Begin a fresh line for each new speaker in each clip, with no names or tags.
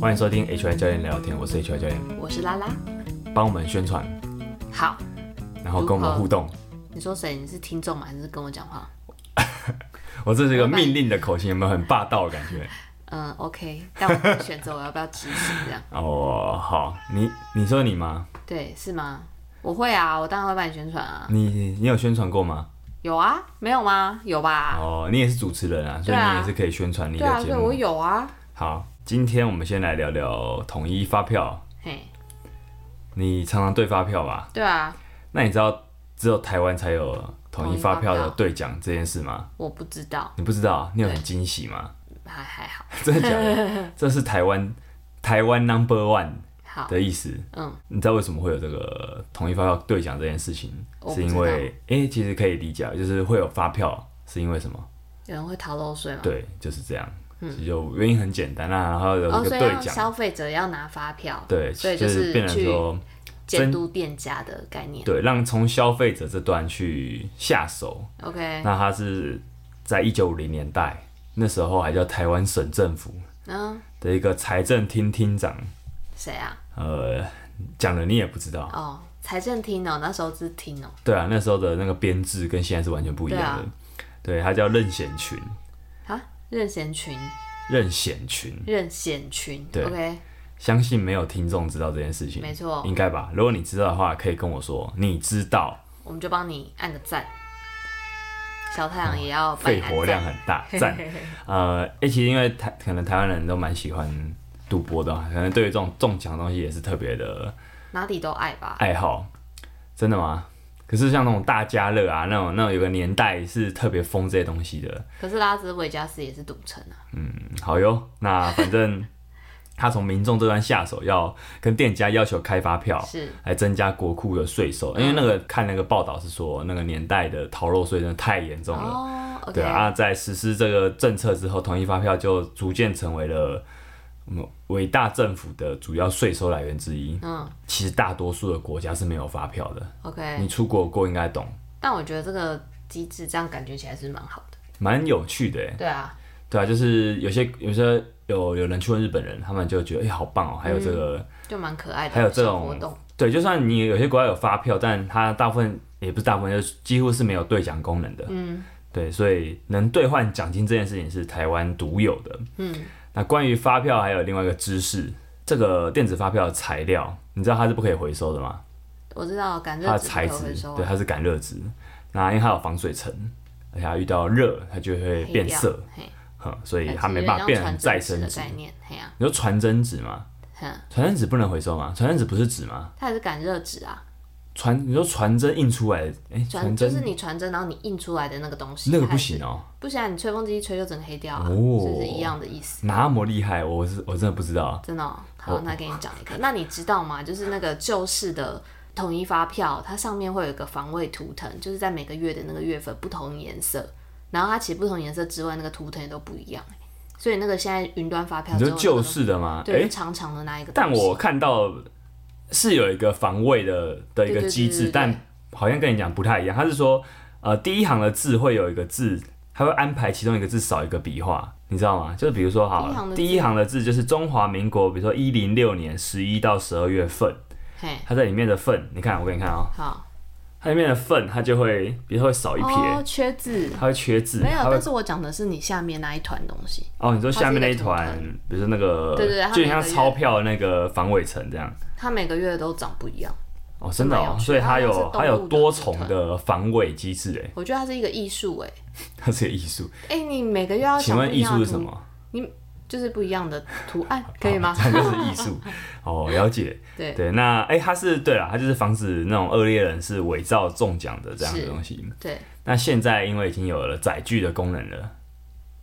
欢迎收听 HY 教练聊天，我是 HY 教练，
我是拉拉。
帮我们宣传，
好，
然后跟我们互动。
你说谁？你是听众吗？还是跟我讲话？
我这是一个命令的口型，有没有很霸道的感觉？
嗯，OK，但我可以选择我要不要执行 这样。
哦，好，你你说你吗？
对，是吗？我会啊，我当然会帮你宣传啊。
你你有宣传过吗？
有啊，没有吗？有吧？
哦，你也是主持人啊，所
对
以
啊
你也是可以宣传你
对啊，
的
对
节目。
我有啊。
好，今天我们先来聊聊统一发票。
嘿，
你常常兑发票吧？
对啊，
那你知道只有台湾才有统一发票
统一
的
发票
兑奖这件事吗？
我不知道，
你不知道，啊你有很
对
惊喜吗？
还还好，
真的假的？这是台湾台湾 number one
好，
的意思。
嗯，
你知道为什么会有这个统一发票兑奖这件事情？
我不
是因
知道
为，诶、其实可以理解，就是会有发票，是因为什么？
有人会逃漏税吗？
对，就是这样。其实就原因很简单啊，然后有
嗯哦，
一个
所以
兑
让
奖，
消费者要拿发票，
对，
所以
就
就是
变成
去
说，
监督店家的概念。
对，让从消费者这端去下手。
OK，
那他是在一九五零年代，那时候还叫台湾省政府
嗯，
的一个财政厅厅长，
谁啊？
呃，讲了你也不知道，
哦，财政厅哦，那时候是厅哦，
对啊，那时候的那个编制跟现在是完全不一样的。对，他叫任显群，
啊，任贤群，
任显群，
任显群
对
，OK，
相信没有听众知道这件事情，
没错，
应该吧？如果你知道的话，可以跟我说你知道，
我们就帮你按个赞。小太阳也要帮你
哦肺
按
活量
哦赞
很大，赞。 呃，诶，其实因为台可能台湾人都蛮喜欢赌博的啊，可能对于这种中奖的东西也是特别的
哪里都爱吧。
爱好，真的吗？可是像那种大家乐啊，那种那种有个年代是特别疯这些东西的，嗯
可是拉斯维加斯也是赌城啊，
好哟，那反 正他从民众这端下手，要跟店家要求开发票，
是
来增加国库的税
嗯
收。因为那个看那个报道是说，那个年代的逃漏税真的太严重了。
哦，OK，
对啊，在实施这个政策之后，统一发票就逐渐成为了嗯伟大政府的主要税收来源之一。
嗯
其实大多数的国家是没有发票的，
，OK，
你出国过应该懂，
但我觉得这个机制这样感觉起来是蛮好的。
蛮有趣的欸。
对啊，
对啊，就是有些有些有有人去问日本人，他们就觉得哎、好棒哦、还有这个。
就蛮可爱的，
还有这
小
种
活动，
对，就算你有些国家有发票，但它大部分也不是大部分，就是几乎是没有兑奖功能的。
嗯
对，所以能兑换奖金这件事情是台湾独有的。
嗯，
那关于发票还有另外一个知识，这个电子发票的材料，你知道它是不可以回收的吗？
我知道，感热
它的
纸
材
不可
质
回收，
对，
啊，
它是感热值。那因为它有防水层，而且它遇到热，它就会
黑
变
掉
色，，
嘿
哼，所以它
感觉
没办法
像
变
传
成
真
再
纸
生
的
纸。
概念，嘿啊，
你说传真纸吗？
哼，
传真纸不能回收吗？传真纸不是纸吗？
它也是感热纸啊，
传你说传真印出来的，哎、
传
传
就
真
是你传真，然后你印出来的那个东西，
那个
它
不
也是
行哦、
不行啊，你吹风机一吹就整个黑掉啊，
哦
是不是一样的意思？
那么厉害，我是我真的不知道。啊
真的哦、好，那给你讲一个。那你知道吗？就是那个旧式的统一发票，它上面会有一个防卫图腾，就是在每个月的那个月份不同颜色，然后它其实不同颜色之外，那个图腾也都不一样欸。所以那个现在云端发票
你
之
说
后那个，
旧式的吗？
对，
哎、
就长长的那一个
但
东西。
我看到是有一个防卫的的一
对
个
对
机
对
制，
对对
但好像跟你讲不太一样。他是说，呃，第一行的字会有一个字，他会安排其中一个字少一个笔画，你知道吗？就是比如说，好
第一行
了，
的字
第一行的字就是中华民国，比如说一零六年十一到十二月份，
嘿，
它在里面的份，你看我给你看哦、
好，
它里面的份，它就会，比如说会少一撇，
哦，缺字
它会缺字，
没有，
它会
但是我讲的是你下面那一团东西。
哦，你说下面那一团
它是一，
比如说那个，
对对对它
就很像
每个月
钞票那个防伪层这样。
它每个月都长不一样，
哦，真的
蛮
哦
有，趣的
所以它
它
有
好像是
它有
动物的
多重的防伪机制哎，
我觉得它是一个艺术哎
它是个艺 术。
哎，你每个月要
请
想不
问
一
艺
样
术
的
是什
图
么？
就是不一样的图案，可以吗
哦？这 样 就是艺术。哦，了解。
对，
对，那哎，它是对了，它就是防止那种恶劣人士伪造中奖的这样的
是
东西。
对，
那现在因为已经有了载具的功能了，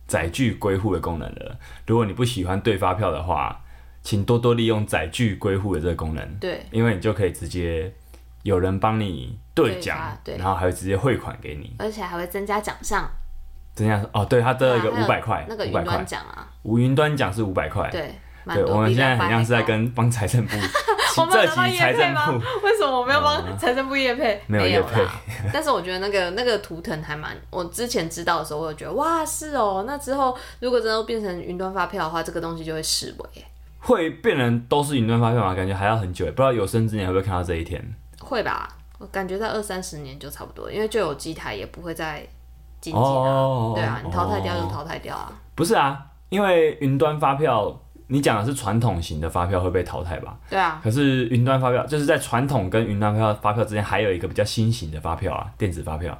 载具归户的功能了。如果你不喜欢对发票的话，请多多利用载具归户的这个功能。
对，
因为你就可以直接有人帮你兑奖，
对发对
然后还会直接汇款给你。
而且还会增加奖项，
增加哦，对，它这一个
对啊还有
五百块，
那个
五
云
百
端
块，
奖啊，
无云端奖是五百块。
对，蛮
对，
多
我们
比
现在
两百
很像是在
还高
跟帮财政部
我
请
们
这
有帮
期
业
财
配
政
吗
部哦
为什么我没有帮财政部业配？
没有业
有
配
啦。但是我觉得那个那个图腾还蛮，我之前知道的时候，我有觉得哇是哦，那之后如果真的变成云端发票的话，这个东西就会视为
会变成都是云端发票吗？感觉还要很久，不知道有生之年会不会看到这一天。
会吧？我感觉在二三十年就差不多，因为就有机台也不会再精进啊。
哦，
对啊，你淘汰掉就
哦
淘汰掉啊。
不是啊，因为云端发票，你讲的是传统型的发票会被淘汰吧？
对啊，
可是云端发票就是在传统跟云端发票发票之间，还有一个比较新型的发票啊，电子发票，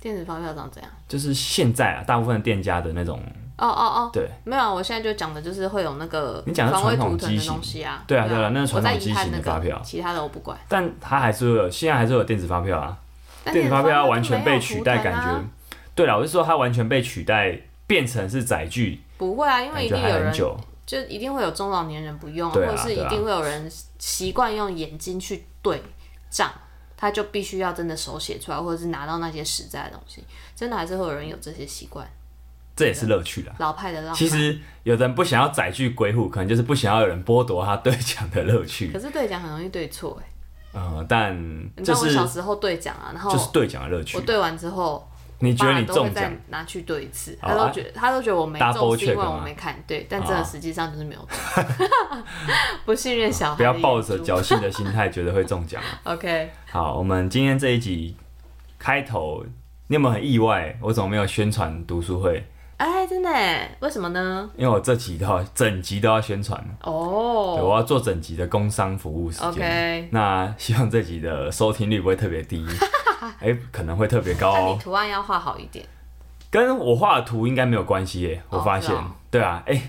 电子发票长怎样？
就是现在啊，大部分店家的那种，
哦哦哦，
对，
没有啊，我现在就讲的就是会有那个
你讲的是
防卫
传统
图腾
机
的
型
东西啊。
对啊对啊那是
我
传
在
统
遗
机
憾
型
那
的
个
发票
其他的我不管。
但它还是会有，现在还是会有电子发票啊，
但
电子发
发
票要
就
完全
没
被
有
取
图
代，
腾
感
啊
觉，对了，我是说它完全被取代，变成是载具，
不会啊，因
感
为一
觉
定
还
有
很
人
久。
就一定会有中老年人不用，
对啊
或者是
对
一
啊
定会有人习惯用眼睛去对账，他就必须要真的手写出来，或者是拿到那些实在的东西，真的还是会有人有这些习惯，
这也是乐趣啦。
老派的浪漫。
其，实有的人不想要载具归户，可能就是不想要有人剥夺他兑奖的乐趣。
可是兑奖很容易对错哎、
嗯，但
你
这
知道我
是
小时候兑奖啊，然后
就是兑奖的乐
我
趣。
兑完之后，
你觉得
我
你
爸都会
中奖
再？拿去兑一次，
哦
他都
啊
觉得他都觉得我没
double
中是因
check
为我
吗
没看对，但真的
哦
实际上就是没有中， 不信任小孩
不要
的
抱
眼
着
珠
侥幸的心态，觉得会中奖。啊
OK，
好，我们今天这一集开头，你有没有很意外？我怎么没有宣传读书会？
哎，真的哎，为什么呢？
因为我这集都要整集都要宣传，对
哦、
我要做整集的工商服啊务时
o
间。
k
那希望这集的收听率不会特别 低，哎、可能会特别高
那
哦
你。图案要画好一点，
跟我画的图应该没有关系耶，
哦
我发现，
是哦
对啊，哎、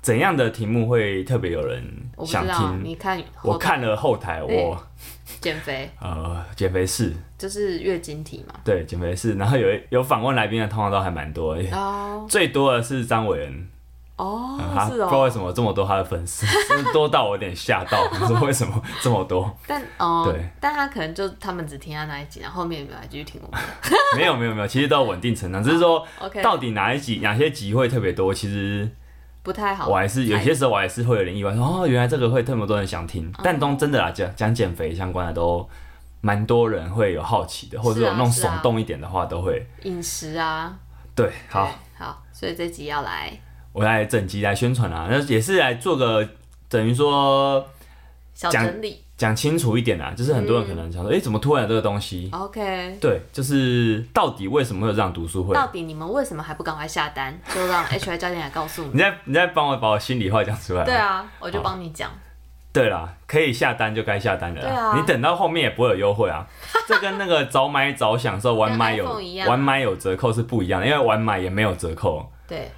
怎样的题目会特别有人
我不
想
知道，
听？
你哎看
我
后
看了后台，
对
我
减肥
呃减肥室，
就是月经体嘛。
对减肥室，然后有有访问来宾的，通常都还蛮多的，
哦
最多的是张伟恩，
哦
呃他不
是
知道
哦，
为什么这么多他的粉丝， 真的多到我有点吓到，我说为什么这么 多？
但哦
对，
但他可能就他们只听他那一集，然后后面也没有来继续听我们。
没有没有没有，其实都有稳定成长，只是说
OK，
到底哪一集哪些集会特别多，其实
不太好。
我还是有些时候我还是会有点意外，说哦，原来这个会这么多人想
嗯
听。但都真的啦，讲讲减肥相关的都蛮多人会有好奇的，或者
是
有
啊
那种
是啊
耸动一点的话都会。
饮食啊，
对，好
对，好，所以这集要来
我来整集来宣传啦，那也是来做个等于说
小
讲
整理。
讲清楚一点啦，就是很多人可能想说，诶，怎么突然有这个东西？
OK，
对，就是到底为什么会有这样读书会？
到底你们为什么还不赶快下单？就让 HR 教练来告诉你。
你在你在帮我把我心里话讲出来。
对啊，我就帮你讲。
对啦，可以下单就该下单了啦。
对啊
你等到后面也不会有优 惠啊。这跟那个早买早享受玩买有
跟 iPhone 一样啊
玩买有折扣是不一样的，因为玩买也没有折扣。
对，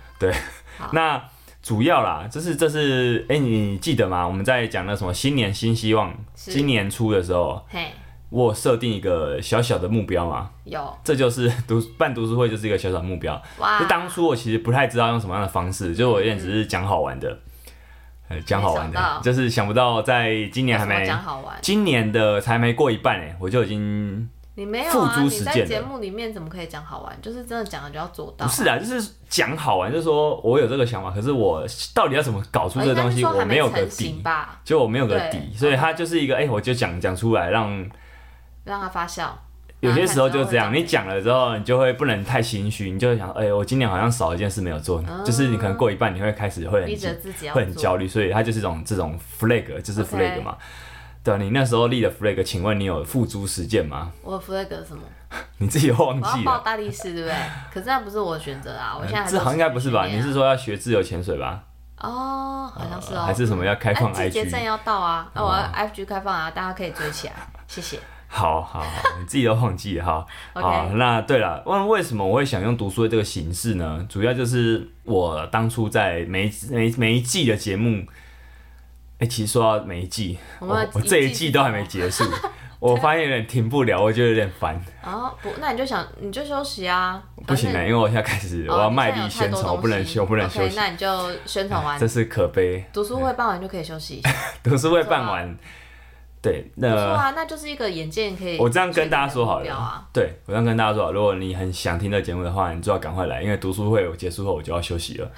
好
那主要啦，就是这是哎、你记得吗？我们在讲那什么新年新希望，
是
今年初的时候，
嘿，
我设定一个小小的目标嘛，
有
这就是 读办读书会就是一个小小的目标。
哇
就，当初我其实不太知道用什么样的方式，就我有点只是讲好玩的，呃，讲好玩
嗯没想
的
到，
就是想不到在今年还
为什么
没
讲好玩。
今年的才没过一半哎，我就已经
你没有
付
啊？
诸
你
实
在
践
节
了
目里面怎么可以讲好玩？就是真的讲了就要做到
不。是啊，就是讲好玩，就是说我有这个想法，可是我到底要怎么搞出这个东西，
哦应该是说
我
还没
有个
成型
底，
吧，
就我没有个
对
底，所以它就是一个哎、我就讲讲出来，让
让它发酵。
有些时候就是这
让
样，
它
你讲了之后，你就会不能太心虚，你就会想，哎、我今年好像少一件事没有做，
嗯
就是你可能过一半，你会开始会很
逼着
紧
自己要
会很
做
焦虑，所以它就是一种这种 flag，就是
OK
flag 嘛。对啊，你那时候立的 flag，请问你有付诸实践吗？
我有 flag 是什么？
你自己又忘
我要
记
报
了。嗯
大力士，对不对？可是那不是我的选择啊，我现在还
这好像应该不是吧？
在训
你
练啊
是说要学自由潜水吧？
哦，好像是哦，
呃还是什么要开放哦
哎季节正
IG？
要到啊，那我要 FG 开放啊，大家可以追起来， 谢谢。
好好好，你自己都忘记了哈。
OK
好，那对了，问为什么我会想用读书会这个形式呢？主要就是我当初在每一每每一季的节目，哎、其实说到每一季，
我
我
们
我这一季都还没结束， 我发现有点停不了，我觉得有点 烦。
哦，不，那你就想你就休息啊，
不行了，
反
因为我现在开始
正
我
哦
要
你
卖
现在有
力
太
宣
多
传，我
东
不能
西
休，我不能
OK，
休息，哎
那你就宣传完
这，是可悲。
读书会办完就可以休息。
读书会
不错啊
办完，对，
不
那
错啊，那就是一个眼见可以。
呃我这样跟大家说好了，
啊，
对我这样跟大家说好，如果你很想听这节目的话，你就要赶快来，因为读书会我结束后我就要休息 了。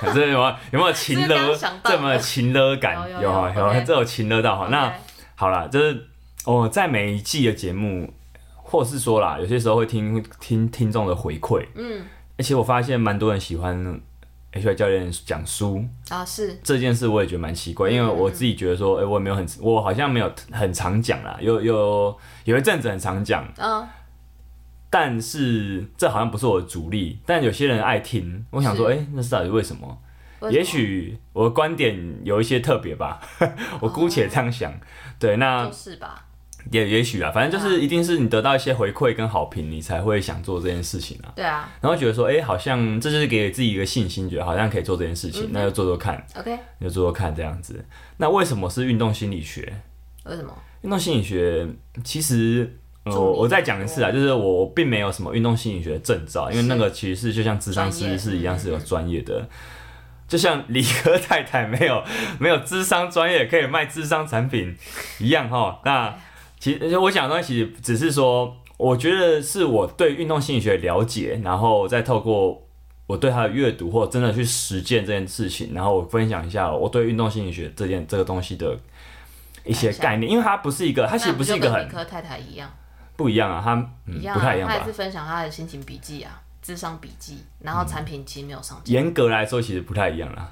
反正有没有有没有情
是刚
勒
想到的
这么情勒感？
有有
有啊
有，OK
这有情勒到哈。那
OK
好啦，就是我在每一季的节目，或是说啦，有些时候会听听听众的回馈，
嗯，
而且我发现蛮多人喜欢。 H Y 教练讲书
啊，是
这件事，我也觉得蛮奇
嗯
怪，因为我自己觉得说，哎、我也没有很，我好像没有很常讲啦，有有有一阵子很常讲，
嗯，
但是这好像不是我的主力，但有些人爱听，我想说，哎、
是
那是到底为什么？
为什么
也许我的观点有一些特别吧， 我姑且这样想。对，那
就是吧，
也也许啊，反正
嗯
就是一定是你得到一些回馈跟好评，你才会想做这件事情啊。
对啊
然后觉得说，哎、好像这就是给自己一个信心，觉得好像可以做这件事
嗯
情，那就做做看，
，OK，
就做做看这样子。那为什么是运动心理学？
为什么？
运动心理学其实，呃、
助理
我我再讲一次啊，就是我我并没有什么运动心理学的证照，因为那个其实是就像智商
专
师
业嗯
是一样是有专业的。就像理科太太没有没有智商专业可以卖智商产品一样哈，那其实我讲的东西其实只是说，我觉得是我对运动心理学的了解，然后再透过我对它的阅读或真的去实践这件事情，然后我分享一下我对运动心理学这件这个东西的一些概念，因为它不是一个，它
那
其实不是一个
就跟
很
理科太太一样，
不一样啊，它嗯
一样
不
啊
太一，样
她也
吧
是。分享她的心情笔记啊，智商笔记，然
嗯
后产品其实没有上架
严格来说，其实不太一样啦。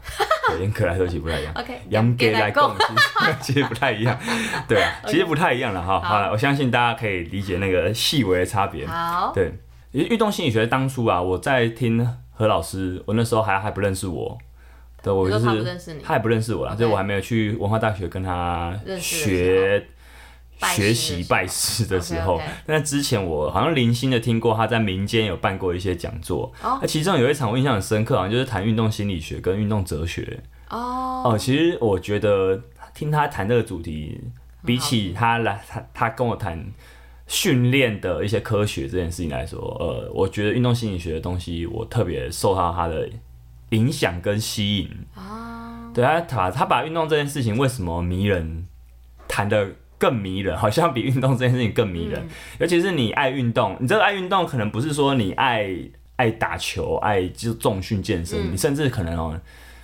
对严格来说，其实不太一样。
，OK，
严格嗯来
讲
讲，其实其实不太一 样。对啊，其实不太一样了哈。好了，我相信大家可以理解那个细微的差别。
好，
对，因为运动心理学当初啊，我在听何老师，我那时候还还不认识我，对我
你
就
说
是
他不认识你
他也不认识我啦，
OK
所以我还没有去文化大学跟他
认识的时
学学习拜师的时候
OK，OK。
那之前我好像零星的听过他在民间有办过一些讲座，
哦
那其中有一场我印象很深刻，好像就是谈运动心理学跟运动哲学。
哦，
哦，其实我觉得听他谈这个主题，比起他来他他跟我谈训练的一些科学这件事情来说，呃，我觉得运动心理学的东西，我特别受到他的影响跟吸引。
啊，
对他把他把运动这件事情为什么迷人，谈的更迷人，好像比运动这件事情更迷人。尤其是你爱运动，你这个爱运动可能不是说你爱爱打球、爱就重训健身，你甚至可能哦，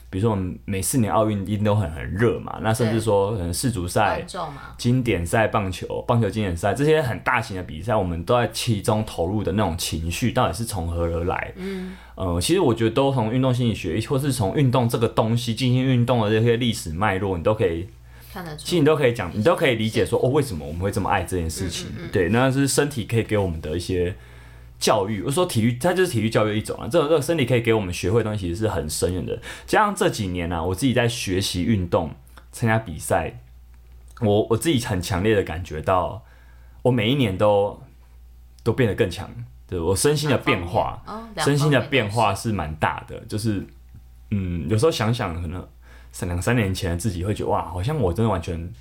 比如说我们每四年奥运一定都很很热嘛，那甚至
对
说可能世足赛
观、众嘛，
经典赛、棒球、棒球经典赛这些很大型的比赛，我们都在其中投入的那种情绪，到底是从何而来？
嗯，
呃，其实我觉得都从运动心理学，或是从运动这个东西进行运动的这些历史脉络，你都可以，
看得
其实
出，
你都可以讲，你都可以理解说，哦，为什么我们会这么爱这件事情？对，那是身体可以给我们的一些教育。我说体育，它就是体育教育的一种啊。这种这个身体可以给我们学会的东西，其实是很深远的。加上这几年呢、啊，我自己在学习运动、参加比赛，我我自己很强烈的感觉到，我每一年都都变得更强，对我身心的变化。
哦，
身心的变化是蛮大的，就是嗯，有时候想想，可能三两三年前的自己会觉得哇，好像我真的完全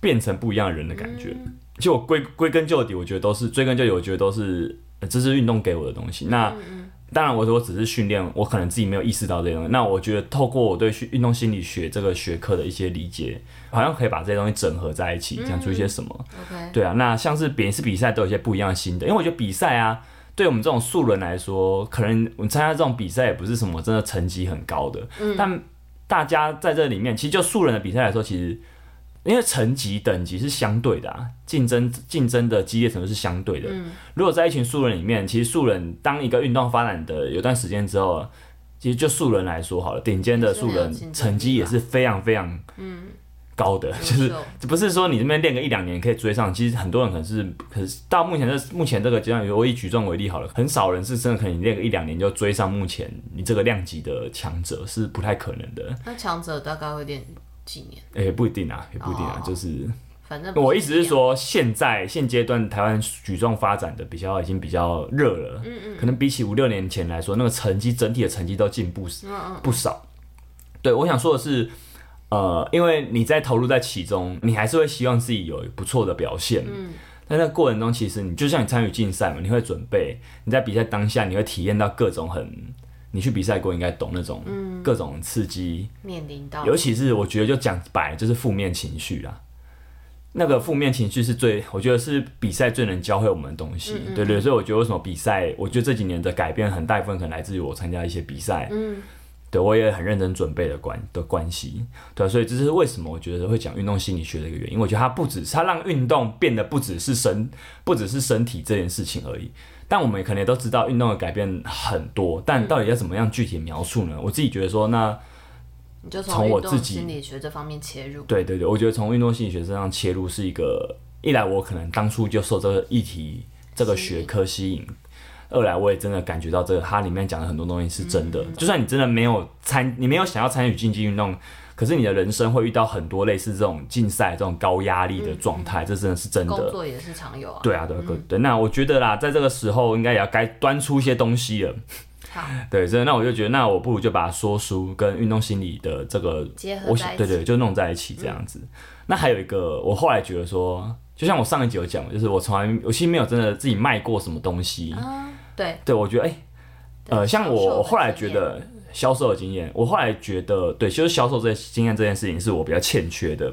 变成不一样的人的感觉。
嗯
就我归归根究底，我觉得都是追根究底，我觉得都是呃这是运动给我的东西。那
嗯
当然我，我只是训练，我可能自己没有意识到这些东西。那我觉得透过我对训运动心理学这个学科的一些理解，好像可以把这些东西整合在一起，讲出一些什么。
嗯，OK，
对啊，那像是每次比赛都有一些不一样的心得，因为我觉得比赛啊，对我们这种素人来说，可能我们参加这种比赛也不是什么真的成绩很高的，但大家在这里面，其实就素人的比赛来说，其实因为层级等级是相对的啊，竞争竞争的激烈程度是相对的。如果在一群素人里面，其实素人当一个运动发展的有段时间之后，其实就素人来说好了，顶尖的嗯
也是
素
很有竞争
人
力
成绩也
吧
是非常非常高的，就是
优秀
不是说你这边练个一两年可以追上，其实很多人可能是，可是到目前这目前这个阶段，我以举重为例好了，很少人是真的可能你练个一两年就追上目前你这个量级的强者是不太可能 的，
那强者大概会练几年？
也、不一定啊，也不一定啊，
哦
就是
反正
我意思是，说，现在现阶段台湾举重发展的比较已经比较热了，嗯嗯，可能比起五六年前来说，那个成绩整体的成绩都进步
嗯嗯，
不少。对，我想说的是，呃，因为你在投入在其中，你还是会希望自己有不错的表现。嗯。但在过程中，其实你就像你参与竞赛嘛，你会准备，你在比赛当下，你会体验到各种很，你去比赛过应该懂那种，各种刺激，
面临到
尤其是我觉得就讲白了就是负面情绪啦。那个负面情绪是最，我觉得是比赛最能教会我们的东
嗯
西，对对，所以我觉得为什么比赛，我觉得这几年的改变很大一部分可能来自于我参加一些比赛，
嗯，
对我也很认真准备的关的关系，对啊、所以这是为什么我觉得会讲运动心理学的一个原因，我觉得它不只是它让运动变得不只是身不只是身体这件事情而已，但我们可能也都知道运动的改变很多，但到底要怎么样具体描述呢？我自己觉得说，那
你就
从
从
我
运动
自己
心理学这方面切入。
对对对，我觉得从运动心理学身上切入是一个，一来我可能当初就受这个议题这个
吸
学
引
科吸引，二来我也真的感觉到这个它里面讲的很多东西是真的，
嗯
就算你真的没有参，你没有想要参与竞技运动。可是你的人生会遇到很多类似这种竞赛、这种高压力的状态，这真的是真的。
工作也是常有啊。
对啊，对对对。那我觉得啦，在这个时候应该也要该端出一些东西了。
好，
对，所以那我就觉得，那我不如就把说书跟运动心理的这个
结合
我
在
想
一
对
起嗯
对，就弄在一起这样子。那还有一个，我后来觉得说，就像我上一集有讲，就是我从来我其实没有真的自己卖过什么东西。
啊，对，
对，我觉得哎、呃，像
销售的
我我后来
经
觉
验
得销售的经验，我后来觉得对，就是销售这些经验这件事情是我比较欠缺的。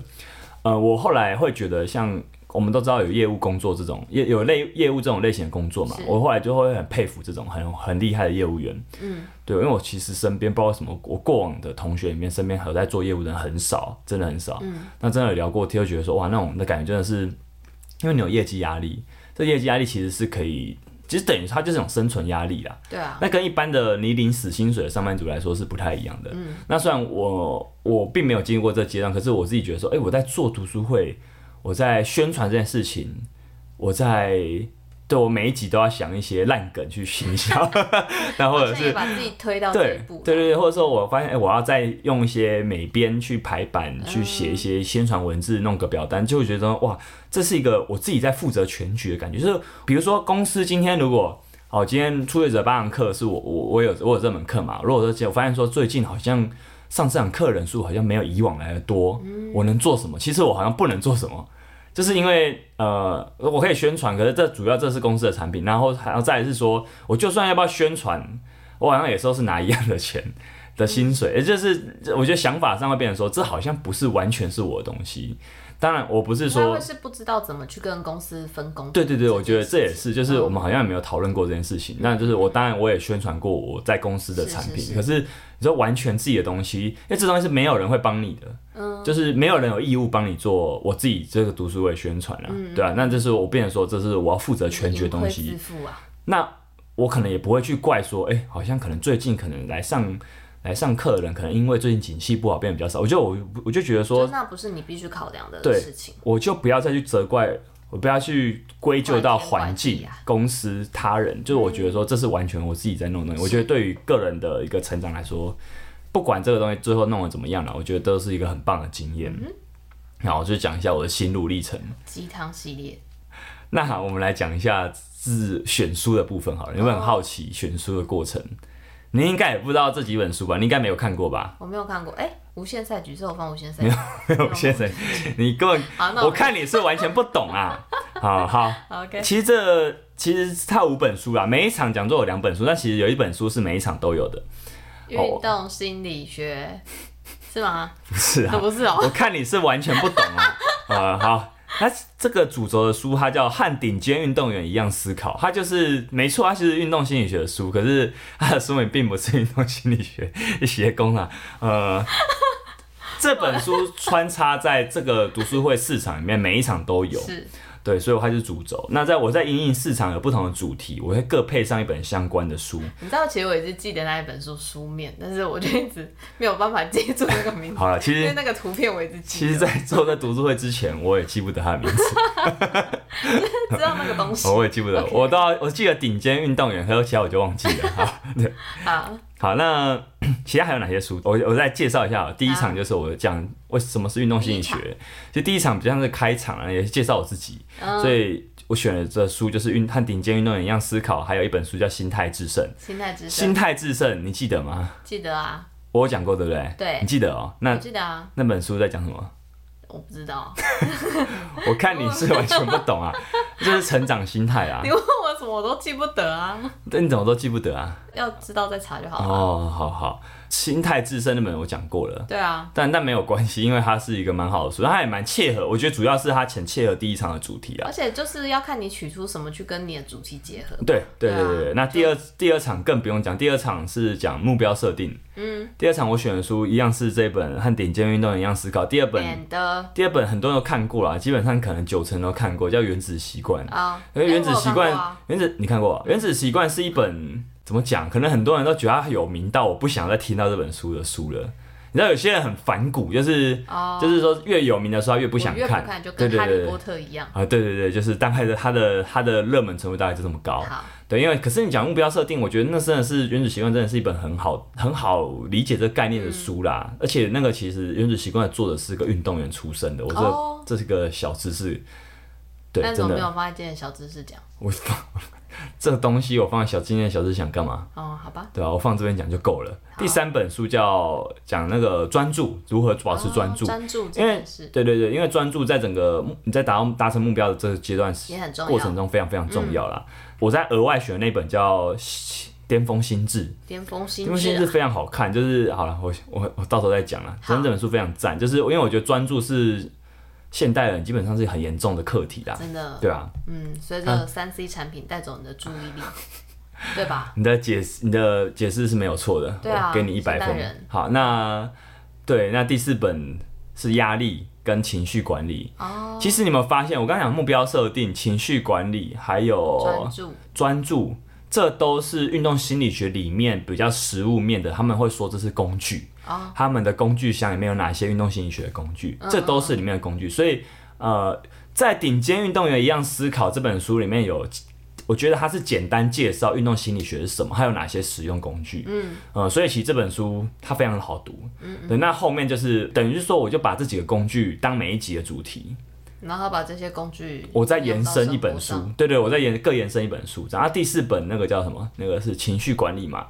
呃，我后来会觉得像。我们都知道有业务工作这种，也有类业务这种类型的工作嘛
是。
我后来就会很佩服这种很很厉害的业务员。嗯，对，因为我其实身边不知道为什么，我过往的同学里面，身边有在做业务的人很少，真的很少。嗯，那真的有聊过天，就觉得说哇，那种的感觉真的是，因为你有业绩压力，这业绩压力其实是可以，其实等于它就是一种生存压力啦。
对啊，
那跟一般的你领死薪水的上班族来说是不太一样的。那虽然我我并没有经历过这阶段，可是我自己觉得说，哎、我在做读书会，我在宣传这件事情，我在对我每一集都要想一些烂梗去行销， 然后或者
好像也
是。
把自己推到这一
对
步。
对对对，或者说我发现，哎、我要再用一些美编去排版，去写一些宣传文字，弄个表单，就会觉得哇，这是一个我自己在负责全局的感觉。就是比如说，公司今天如果好，今天初学者八堂课是我我我有我有这门课嘛？如果说今天我发现说最近好像上这堂课人数好像没有以往来的多，我能做什么？其实我好像不能做什么。就是因为呃，我可以宣传，可是这主要这是公司的产品，然后还要再来是说，我就算要不要宣传，我好像也都是拿一样的钱 的薪水，也就是我觉得想法上会变成说，这好像不是完全是我的东西。当然，我不是
他
说
会是不知道怎么去跟公司分工。
对对对，
件
我觉得这也是，就是
嗯
我们好像也没有讨论过这件事情。那就是我当然我也宣传过我在公司的产品，
是是是
可是你说完全自己的东西，因为这东西是没有人会帮你的，
嗯
就是没有人有义务帮你做我自己这个读书会宣传啊，
嗯
对啊，那就是我变成说这是我要负责全局的东西，
自负啊，
那我可能也不会去怪说，哎、好像可能最近可能来上来上课的人，可能因为最近景气不好变得比较少，我就我我就觉得
就
说，
那不是你必须考量的
对
事情。
我就不要再去责怪，我不要去归咎到环
怪
境
天怪地啊、
公司、他人，就是我觉得说这是完全我自己在弄的东西。我
嗯
觉得对于个人的一个成长来说，不管这个东西最后弄得怎么样了，我觉得都是一个很棒的经验。
嗯
那我就讲一下我的心路历程。
鸡汤系列，
那好，我们来讲一下自选书的部分好了。你会很好奇选书的过程，你应该也不知道这几本书吧？你应该没有看过吧？
我没有看过。哎，无限赛局是我放无限赛局。
没 有，先生，你根本
好，那
我看你是完全不懂啊。好好，
好 OK。
其实这其实它五本书啦，啊每一场讲座有两本书，但其实有一本书是每一场都有的，哦
运动心理学是 吗？
不是啊
那？不是哦。
我看你是完全不懂 啊。呃，好，那这个主轴的书它叫《和顶尖运动员一样思考》，它就是没错，它就是运动心理学的书，可是它的书名并不是运动心理学学工啊， 呃。这本书穿插在这个读书会市场里面，每一场都有。
是
对，所以它是主轴。那在我在因应市场有不同的主题，我会各配上一本相关的书。
你知道，其实我一直记得那一本书书面，但是我就一直没有办法记住那个名字，
好了， 其
因为
实
那个图片我一直
其
记
实，
得，
在做在读书会之前，我也记不得他的名字。
知道那个东西
我也记不得
OK
我到我记得顶尖运动员，还有其他我就忘记了。好，
啊。
好，那 其他还有哪些书？我我再介绍一下哦。第一场就是我讲为什么是运动心理学，其实第一场比较像是开场啊，也是介绍我自己，所以我选的这书就是运和顶尖运动员一样思考，还有一本书叫《心态制胜》。
心态
心
之声，
态制胜，你记得吗？
记得啊，
我有讲过对不对？
对
你记得哦。
我
那
记得啊，
那本书在讲什么？
我不知道，啊
我看你是完全不 懂啊，就是成长心态啊
你。问我什么我都记不得啊，
但你怎么都记不得啊？
要知道再查就好了。
哦，好好，心态自身那本我讲过了。
对啊，
但但没有关系，因为它是一个蛮好的书，它也蛮切合。我觉得主要是它很切合第一场的主题啊
而。且就是要看你取出什么去跟你的主题结合。
对对
对啊
对对对，那第二第二场更不用讲，第二场是讲目标设定。嗯，第二场我选的书一样是这本《和顶尖运动员一样思考》，第二本、
免得
第二本很多人都看过啦，基本上可能九成都看过，叫《原子习惯》。
啊，
因为《
哎
原子
我有
习
看
惯》
过啊
原子你看过啊？《原子习惯》是一本怎么讲？可能很多人都觉得它有名到我不想再听到这本书的书了。你知道有些人很反骨，就是、
哦
就是说越有名的书他越不
我
想
越
看，
不看就
对
跟
对
哈
对
利
对
波特一样。
啊，对对对，就是大概的它的它的热门程度大概就这么高。
好，
对，因为可是你讲目标设定，我觉得那真的是《原子习惯》真的是一本很好很好理解这个概念
嗯
的书啦。而且那个其实《原子习惯》的作者是个运动员出身的，我这、
哦
这是个小知识。对，
但是
真
我
的
没有放在今天的小知识讲。
我放这东西，我放小纪念小志想干嘛？
哦，好吧，
对吧、我放这边讲就够了。
好
第三本书叫讲那个专注，如何保持专注。
哦专注
因
真
为
的是
对对对，因为专注在整个目你在达到达成目标的这个阶段
也很重要嗯
过程中非常非常重要啦。我在额外选的那本叫《巅峰心智》，
巅峰
《
心啊
巅峰心
智
智》
啊，
非常好看。就是好了，我我我到时候再讲啦。
好
真的这本书非常赞，就是因为我觉得专注是现代人基本上是很严重的课题啦，
真的，
对吧、
嗯，随着三 C 产品带走你的注意 力，对吧？
你的解释，你的解释是没有错的，
对啊
我给你一百分
现代人。
好，那对，那第四本是压力跟情绪管理。
哦，
其实你有没有发现，我刚才讲目标设定、情绪管理，还有
专注，
专注，这都是运动心理学里面比较实物面的，他们会说这是工具。
哦
他们的工具箱里面有哪些运动心理学的工具，
嗯
这都是里面的工具。所以，呃，在《顶尖运动员一样思考》这本书里面有，我觉得它是简单介绍运动心理学是什么，还有哪些使用工具。嗯，呃，所以其实这本书它非常的好读。嗯对，那后面就是等于是说，我就把这几个工具当每一集的主题，
然后把这些工具，
我再延伸一本书
上。，
对对，我再延各延伸一本书。然后第四本那个叫什么？那个是情绪管理嘛。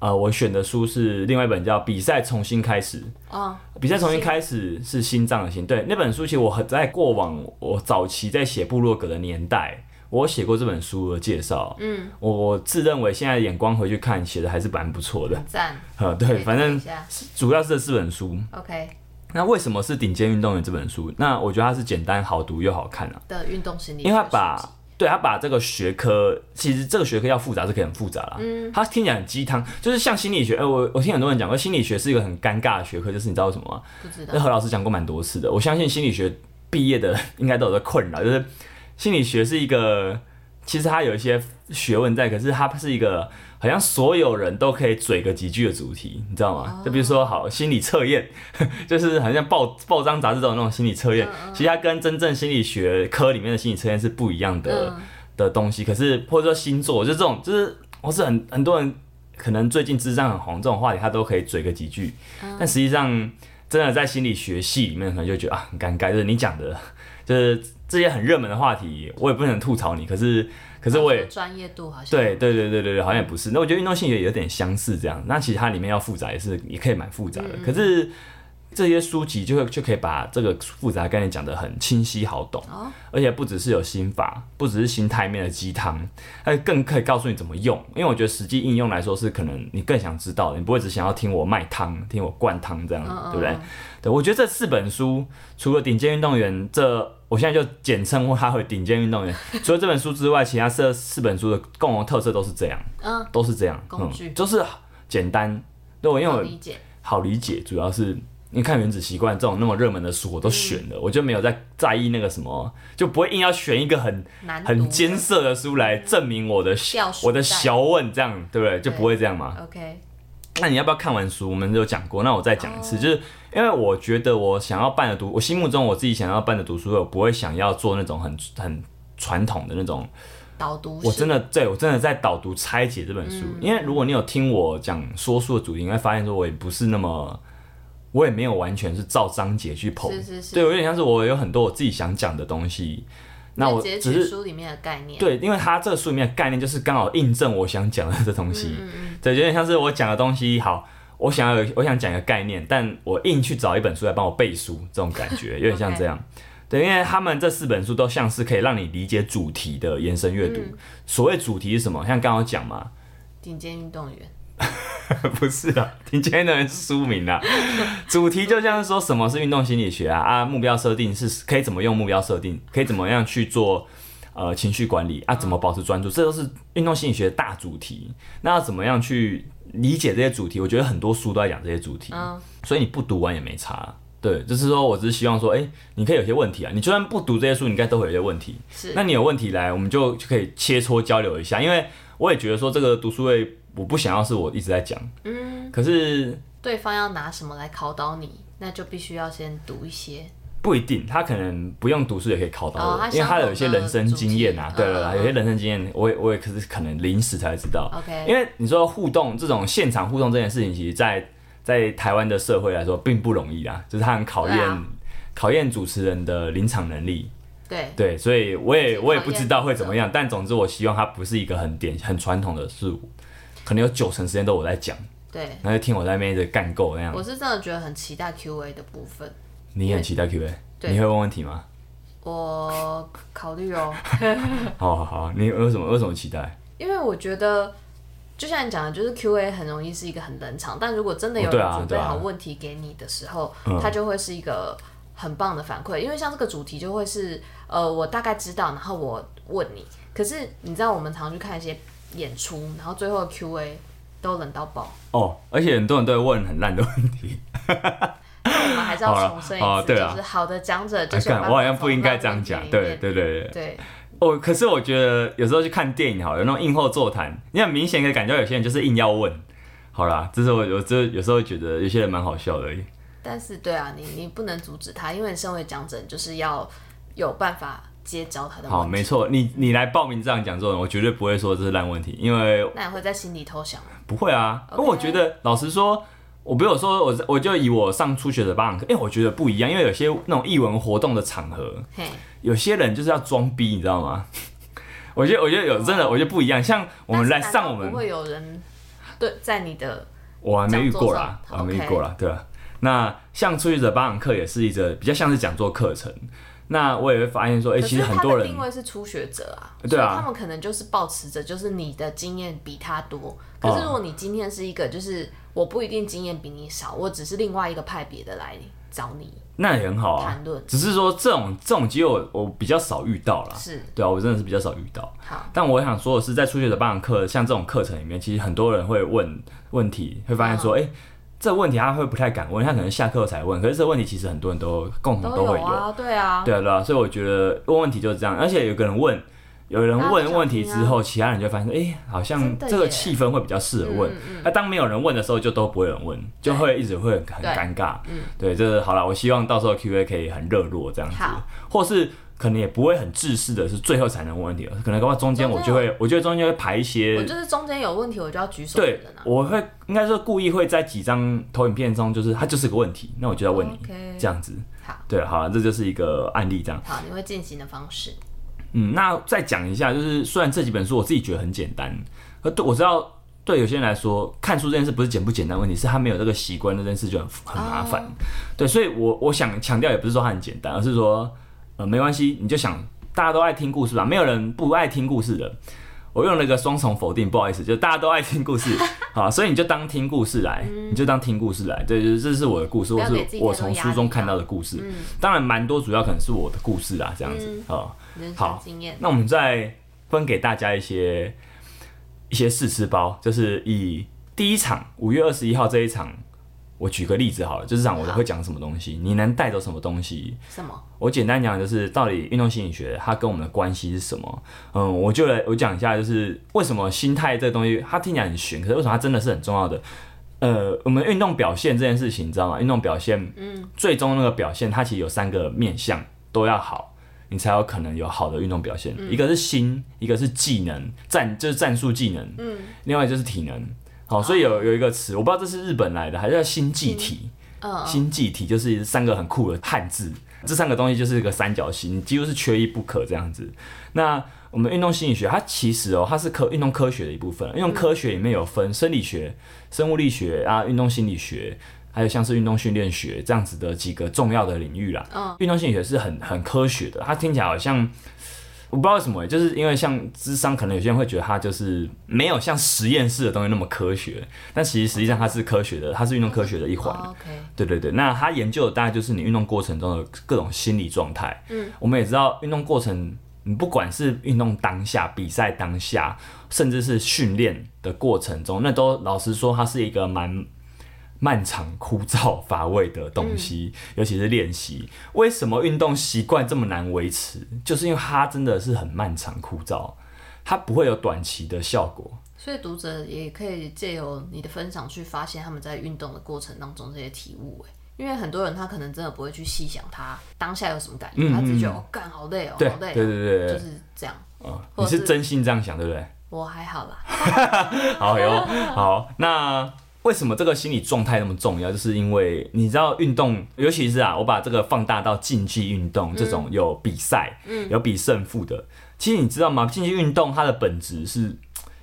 呃，我选的书是另外一本叫《比赛重新开始》。
哦，
比赛重新开始是心脏的心，对那本书其实我很在过往我早期在写部落格的年代，我有写过这本书的介绍。嗯，我我自认为现在眼光回去看写的还是蛮不错的。
很赞，
呃，
可以
对，
听
反正
一下
主要是这四本书。
OK
那为什么是顶尖运动员这本书？那我觉得它是简单好读又好看啊，
的运动心理学
因
书
为它
籍，
把对它把这个学科，其实这个学科要复杂是可以很复杂啦。嗯，它听起来很鸡汤，就是像心理学。呃，我我听很多人讲过，心理学是一个很尴尬的学科，就是你知道为什么吗？
不知
那
道
何老师讲过蛮多次的，我相信心理学毕业的 应该都有在困扰，就是心理学是一个，其实它有一些学问在，可是它是一个好像所有人都可以嘴个几句的主题，你知道吗？就比如说好心理测验， 就是好像报报章杂志都有那种心理测验，其实它跟真正心理学科里面的心理测验是不一样的、
嗯
的东西，可是或者说星座，就这种就是我是很很多人。可能最近智障很红这种话题，他都可以嘴个几句，但实际上真的在心理学系里面，可能就觉得啊很尴尬，就是你讲的，就是这些很热门的话题，我也不能吐槽你，可是可是我也
说专业度好像
对对对对对对，好像也不是。那我觉得运动性也有点相似这样。那其实它里面要复杂也是也可以蛮复
嗯
杂的，可是这些书籍就会就可以把这个复杂概念讲得很清晰好懂，
哦
而且不只是有心法，不只是心态面的鸡汤，它更可以告诉你怎么用。因为我觉得实际应用来说是可能你更想知道的，你不会只想要听我卖汤、听我灌汤这样，
嗯嗯
对不对
嗯？
对，我觉得这四本书除了《顶尖运动员》这，我现在就简称它为《顶尖运 动员》。除了这本书之外，其他这四本书的共同特色都是这样，
嗯，
都是这样，
工具
嗯、就是简单。对，我因为
好
我
理解，
好理解，主要是你看《原子习惯》这种那么热门的书，我都选
嗯
了，我就没有在在意那个什么，就不会硬要选一个很
难读
很艰涩的书来证明我的
嗯吊书
我的
袋
学问，这样对不对？就不会这样嘛。
OK
那你要不要看完书？我们有讲过，那我再讲一次，
哦
就是因为我觉得我想要办的读，我心目中我自己想要办的读书会，我不会想要做那种很很传统的那种
导读
我
式
真的对我真的在导读拆解这本书，
嗯
因为如果你有听我讲说书的主题，你会发现说我也不是那么，我也没有完全是照章节去捧，
是是是
对我有点像是我有很多我自己想讲的东西，那我
就直接
只
取
是
书里面的概念，
对，因为它这个书里面的概念就是刚好印证我想讲的这东西，
嗯
对，有点像是我讲的东西好。我想要有，我想讲一个概念，但我硬去找一本书来帮我背书，这种感觉有点像这样。对，因为他们这四本书都像是可以让你理解主题的延伸阅读。所谓主题是什么？像刚刚讲嘛，
顶尖运动员，
不是啊，听今天的人是书名啊。主题就像是说什么是运动心理学啊啊，目标设定是可以怎么用目标设定，可以怎么样去做呃情绪管理啊，怎么保持专注，这都是运动心理学的大主题。那要怎么样去理解这些主题？我觉得很多书都在讲这些主题，
嗯
所以你不读完也没差。对，就是说我只是希望说，哎、你可以有些问题啊，你就算不读这些书，你应该都会有一些问题。
是
那你有问题来，我们就就可以切磋交流一下，因为我也觉得说这个读书会，我不想要是我一直在讲，嗯，可是
对方要拿什么来考倒你，那就必须要先读一些。
不一定，他可能不用读书也可以考到我，
哦他
因为他
相
有一些
同的
人生
主
经
题
验啊，对
嗯
对
嗯
对，有些人生经验，我也我也可是可能临时才知道
OK
因为你说互动这种现场互动这件事情，其实在在台湾的社会来说并不容易啊，就是它很考验、
对啊
考验主持人的临场能力，
对，
对，所以我也
挺
我也
讨
不知
厌
道
的
会怎么样，但总之我希望它不是一个很典很传统的事物，可能有九成时间都我在讲，
对，
然后就听我在那边一直干够那样
我。是真的觉得很期待 Q&A 的部分，
你很期待 Q&A，
对
你会问问题吗？
我考虑哦，
好好好，你有什么有什么期待？
因为我觉得。就像你讲的，就是 Q&A 很容易是一个很冷场，但如果真的有
哦对
人
啊
准备
对啊
好问题给你的时候，
嗯
它就会是一个很棒的反馈。因为像这个主题就会是，呃，我大概知道，然后我问你。可是你知道，我们常去看一些演出，然后最后的 Q&A 都冷到爆，
哦，而且很多人都会问很烂的 问题，
我们还是要
好了
重申一次，
好啊对啊
就是好的讲者就
哎
是有
干
办法
我好像不应该这样
让
讲，
你
对对对对。哦，可是我觉得有时候去看电影好了，有那种映后座谈，你很明显可以感觉到有些人就是硬要问。好啦，这是我有这有时候觉得有些人蛮好笑的而已。
但是对啊，你你不能阻止他，因为你身为讲者，你就是要有办法接招他的
好，
问题。
没错，你你来报名这样讲座，我绝对不会说这是烂问题，因为
那你会在心里偷想吗？
不会啊。因
OK
为我觉得，老实说，我不是有说我我就以我上初学者八堂课，因为我觉得不一样，因为有些那种艺文活动的场合，
嘿，
有些人就是要装逼，你知道吗？ 我觉得我觉得有真的，我觉得不一样。像我们来
但是难道
上我们
不会有人对在你的
我还没遇过啦，我
讲座上
还没遇
OK
过啦，对啊。那像初学者八堂课也是一个比较像是讲座课程，那我也会发现说，哎、
可
其
是
实
他
很多
的
人
定位是初学者啊，
对啊
所以他们可能就是保持着就是你的经验比他多。可
哦
是如果你今天是一个就是我不一定经验比你少，我只是另外一个派别的来找你
那也很好啊
谈，论，
只是说这种这种机会我我比较少遇到啦，
是
对啊，我真的是比较少遇到。
好，
但我想说的是，在初学者八堂课像这种课程里面，其实很多人会问问题，会发现
嗯
说，哎、这问题他会不太敢问，他可能下课后才问。可是这问题其实很多人都共同
都
嗯都会有，
啊，对啊，
对啊，对啊，所以我觉得问问题就是这样，而且有个人问，有人问问题之后，其他人就发现，哎、好像
嗯真的耶嗯
这个气氛会比较适合问。那、当没有人问的时候，就都不会有人问，就会一直会很很
对嗯
尴尬。对，这、是好了，我希望到时候 Q&A 可以很热络这样子
好，
或是可能也不会很自私的是最后才能问问题，可能搞不好中间我就会，我觉得中间会排一
我
些。
就是中间有问题我就要举手的
对
人啊，。
我会应该说故意会在几张投影片中，就是它就是个问题，那我就要问你
哦 OK
这样子。
好
对，好了，这就是一个案例这样。
好，你会进行的方式。
嗯，那再讲一下，就是虽然这几本书我自己觉得很简单，可对我知道对有些人来说，看书这件事不是简不简单的问题，是他没有这个习惯，这件事就很很麻烦。对，所以我我想强调，也不是说它很简单，而是说，呃，没关系，你就想大家都爱听故事吧，没有人不爱听故事的。我用了一个双重否定，不好意思，就大家都爱听故事，好，所以你就当听故事来，你就当听故事来，对，就是这是我的故事，
不
或
要
是
给自己太多
我从书中看到的故事。当然，蛮多主要可能是我的故事啊，这样子啊。好
人生
好
经验，
那我们再分给大家一些一些试吃包，就是以第一场五月二十一号这一场，我举个例子好了，就是讲我
好
会讲什么东西，你能带走什么东西？
什么？
我简单讲就是到底运动心理学它跟我们的关系是什么？嗯，我就来我讲一下，就是为什么心态这个东西它听起来很玄，可是为什么它真的是很重要的？呃，我们运动表现这件事情，你知道吗？运动表现，嗯，最终那个表现，它其实有三个面向都要好，你才有可能有好的运动表现。一个是心，一个是技能，战就是战术技能，嗯，另外就是体能。好，所以有有一个词，我不知道这是日本来的还是叫心技体，
嗯，
星际体就是三个很酷的汉字，这三个东西就是一个三角形，几乎是缺一不可这样子。那我们运动心理学，它其实哦，它是科运动科学的一部分。运动科学里面有分生理学、生物力学啊、运动心理学，还有像是运动训练学这样子的几个重要的领域啦。
嗯，
运动心理学是很很科学的，它听起来好像我不知道为什么欸，就是因为像智商，可能有些人会觉得它就是没有像实验室的东西那么科学，但其实实际上它是科学的，它是运动科学的一环。啊
哦 OK，
对对对，那他研究的大概就是你运动过程中的各种心理状态。嗯，我们也知道运动过程，你不管是运动当下、比赛当下，甚至是训练的过程中，那都老实说，它是一个蛮漫长、枯燥、乏味的东西，
嗯
尤其是练习。为什么运动习惯这么难维持？就是因为它真的是很漫长、枯燥，它不会有短期的效果。
所以读者也可以借由你的分享去发现他们在运动的过程当中这些体悟、欸，因为很多人他可能真的不会去细想他当下有什么感觉，
嗯
他只觉得哦，干好累哦，
对
好累、
对对
哦，
对对
就
对，
是这样。
哦，
或
你
者
是真心这样想，对不对？
我还好啦，
好哟，好，那为什么这个心理状态那么重要？就是因为你知道运动，尤其是啊，我把这个放大到竞技运动这种有比赛、有比胜负的。其实你知道吗？竞技运动它的本质是，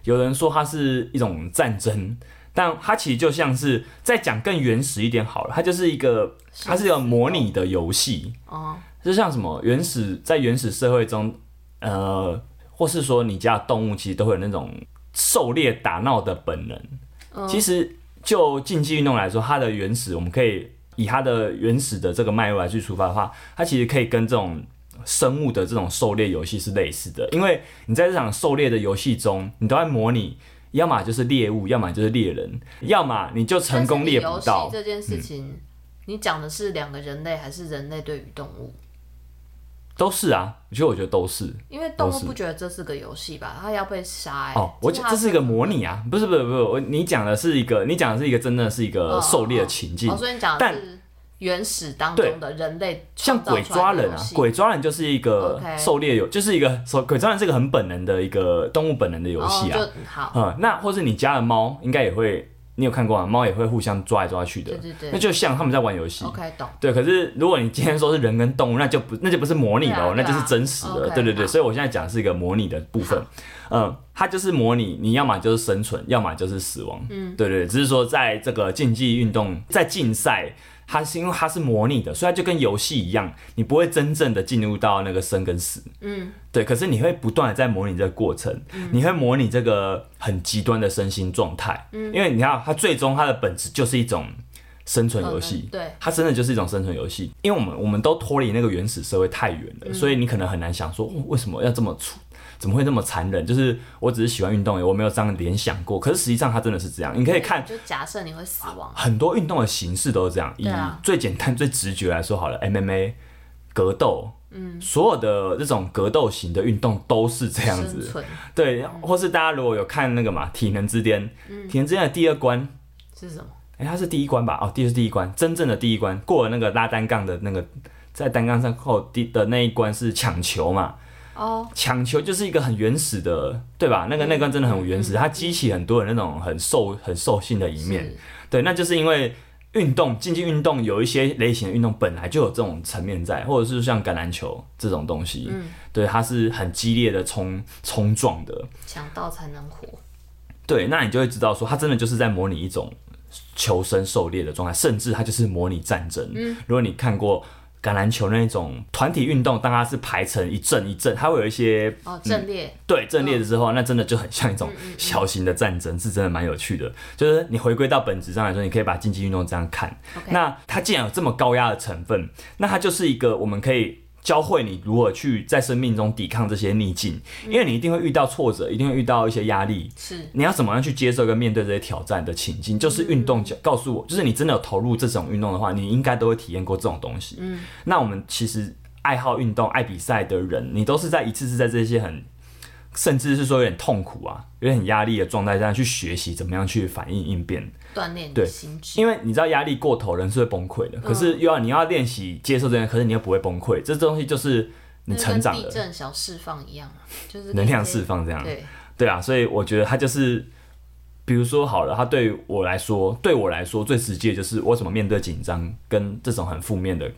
有人说它是一种战争，但它其实就像是再讲更原始一点好了，它就是一个，它是一个模拟的游戏。
哦，
就像什么原始在原始社会中，呃，或是说你家的动物其实都会有那种狩猎打闹的本能。
嗯
其实就竞技运动来说，它的原始我们可以以它的原始的这个脉络来去出发的话，它其实可以跟这种。生物的这种狩猎游戏是类似的，因为你在这场狩猎的游戏中，你都在模拟，要么就是猎物，要么就是猎人，要么你就成功猎
但
不
是你游
到嗯
戏。这件事情，你讲的是两个人类还是人类对于动物？
都是啊，其实我觉得都是。
因为动
都
物
是
不觉得这是个游戏吧？它要被杀、欸。
哦，我
这
讲
它
这是一个模拟啊，不是不是不是，我你讲的是一个，你讲的是一个真的是一
哦
个
哦
狩猎的情境，
哦，所以你讲的
但
是原始当中的人类
像
创造
鬼
出来
抓
的
人啊
游戏，
鬼抓人就是一个
OK
狩猎游，就是一个狩鬼抓人是一个很本能的一个动物本能的游戏啊，
哦、就好，
嗯，那或是你家的猫应该也会，你有看过啊，猫也会互相抓来抓去的
对，对
那
对哦
就像他们在玩游戏。
，OK，懂。
对，可是如果你今天说是人跟动物，那就不那就不是模拟
对
了
啊
哦，那
对
就
啊
是真实的。
OK，
对对对，
好
所以我现在讲的是一个模拟的部分。嗯，它就是模拟，你要么就是生存，要么就是死亡。嗯，对对对，只是说在这个竞技运动，在竞赛，它是因为它是模拟的，所以它就跟游戏一样，你不会真正的进入到那个生跟死。
嗯，
对，可是你会不断的在模拟这个过程，你会模拟这个很极端的身心状态。嗯，因为你看它最终它的本质就是一种生
嗯
存游戏。
可能哦对，
它真的就是一种生存游戏，因为我们我们都脱离那个原始社会太远了，所以你可能很难想说、哦、为什么要这么粗，怎么会那么残忍？就是我只是喜欢运动而已，我没有这样联想过。可是实际上它真的是这样，你可以看啊
就假设你会死亡，
很多运动的形式都是这样。以
对啊
最简单、最直觉来说好了，MMA 格斗，嗯，所有的这种格斗型的运动都是这样
生
子。
存
对，或是大家如果有看那个嘛《体能之巅》，体能之巅》的第二关
是什么？
哎、它是第一关吧？哦，第是第一关，真正的第一关过了那个拉单杠的那个，在单杠上扣第的那一关是抢球嘛？
哦，嗯
抢球就是一个很原始的，对吧？那个那关真的很原始，它激起很多人那种很兽很兽性的一面。
是
对，那就是因为运动竞技运动有一些类型的运动本来就有这种层面在，或者是像橄榄球这种东西，
嗯
对，它是很激烈的冲冲撞的。
抢到才能活。
对，那你就会知道说，他真的就是在模拟一种求生狩猎的状态，甚至他就是模拟战争。如果你看过橄榄球那一种团体运动，当它是排成一阵一阵，它会有一些
哦，阵列，
对阵列之后，那真的就很像一种小型的战争，是真的蛮有趣的。就是你回归到本质上来说，你可以把竞技运动这样看。
OK
那它既然有这么高压的成分，那它就是一个我们可以。教会你如何去在生命中抵抗这些逆境，因为你一定会遇到挫折，一定会遇到一些压力，
是
你要怎么样去接受跟面对这些挑战的情境？就是
嗯
运动教告诉我，就是你真的有投入这种运动的话，你应该都会体验过这种东西。嗯，那我们其实爱好运动、爱比赛的人，你都是在一次次在这些很，甚至是说有点痛苦啊、有点压力的状态下去学习怎么样去反应应变。
锻炼你的
对
心智，
因为你知道压力过头，人是会崩
嗯
溃的。可是又要你要练习接受这些，可是你又不会崩溃，这东西就是你
那
成
跟
长
地
了，
震小释放一样啊，就是
能量
给你
释放这样。
对，
对啊，所以我觉得他就是，比如说好了，他对我来说，对我来说最直接就是我怎么面对紧张跟这种很负面的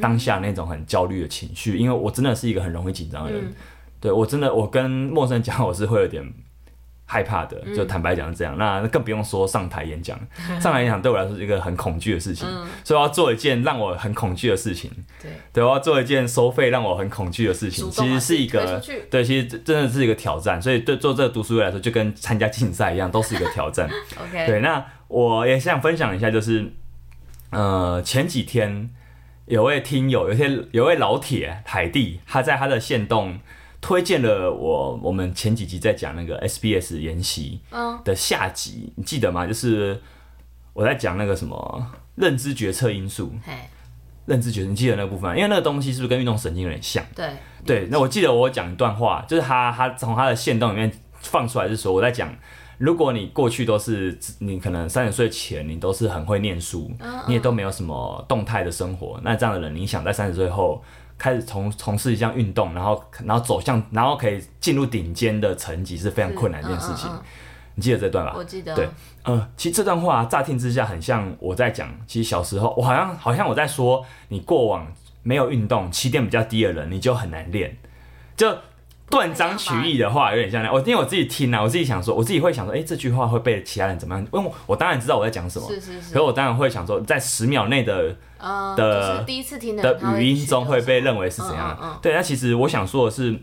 当下那种很焦虑的情绪，因为我真的是一个很容易紧张的人。对我真的，我跟陌生人讲，我是会有点害怕的，就坦白讲是这样。那更不用说上台演讲，上台演讲对我来说是一个很恐惧的事情，所以我要做一件让我很恐惧的事情。
对，
对，我要做一件收费让我很恐惧的事情，
主
其
动把啊
实是一
自己推
个
出去
对，其实真的是一个挑战。所以对做这个读书会来说，就跟参加竞赛一样，都是一个挑 战。
OK，
对，那我也想分享一下，就是呃前几天有位听友，有些有位老铁海蒂，他在他的线动推荐了我我们前几集在讲那个 SBS 研习
嗯
的下集，你记得吗？就是我在讲那个什么认知决策因素，
嘿，
认知决策，你记得那个部分吗？因为那个东西是不是跟运动神经有点像？
对，
对，那我记得我讲一段话，就是他他从他的线动里面放出来，是说我在讲，如果你过去都是你可能三十岁前你都是很会念书，
嗯
你也都没有什么动态的生活，那这样的人，你想在三十岁后开始从从事一项运动，然后然后走向，然后可以进入顶尖的层级是非常困难的一件事情。
嗯嗯
你记得这段吧？
嗯我记得，
啊对呃，其实这段话乍听之下很像我在讲，其实小时候我好像好像我在说，你过往没有运动，起点比较低的人，你就很难练，就断章取义的话有点像那样。我因为我自己听啊，我自己想说，我自己会想说，哎、这句话会被其他人怎么样？因为我我当然知道我在讲什么，
是是
可
是
是，我当然会想说，在十秒内的
嗯，
的
就是第一次听的人他
的语音中会
学
被
到
认为是怎样？
嗯嗯嗯
对，那其实我想说的是，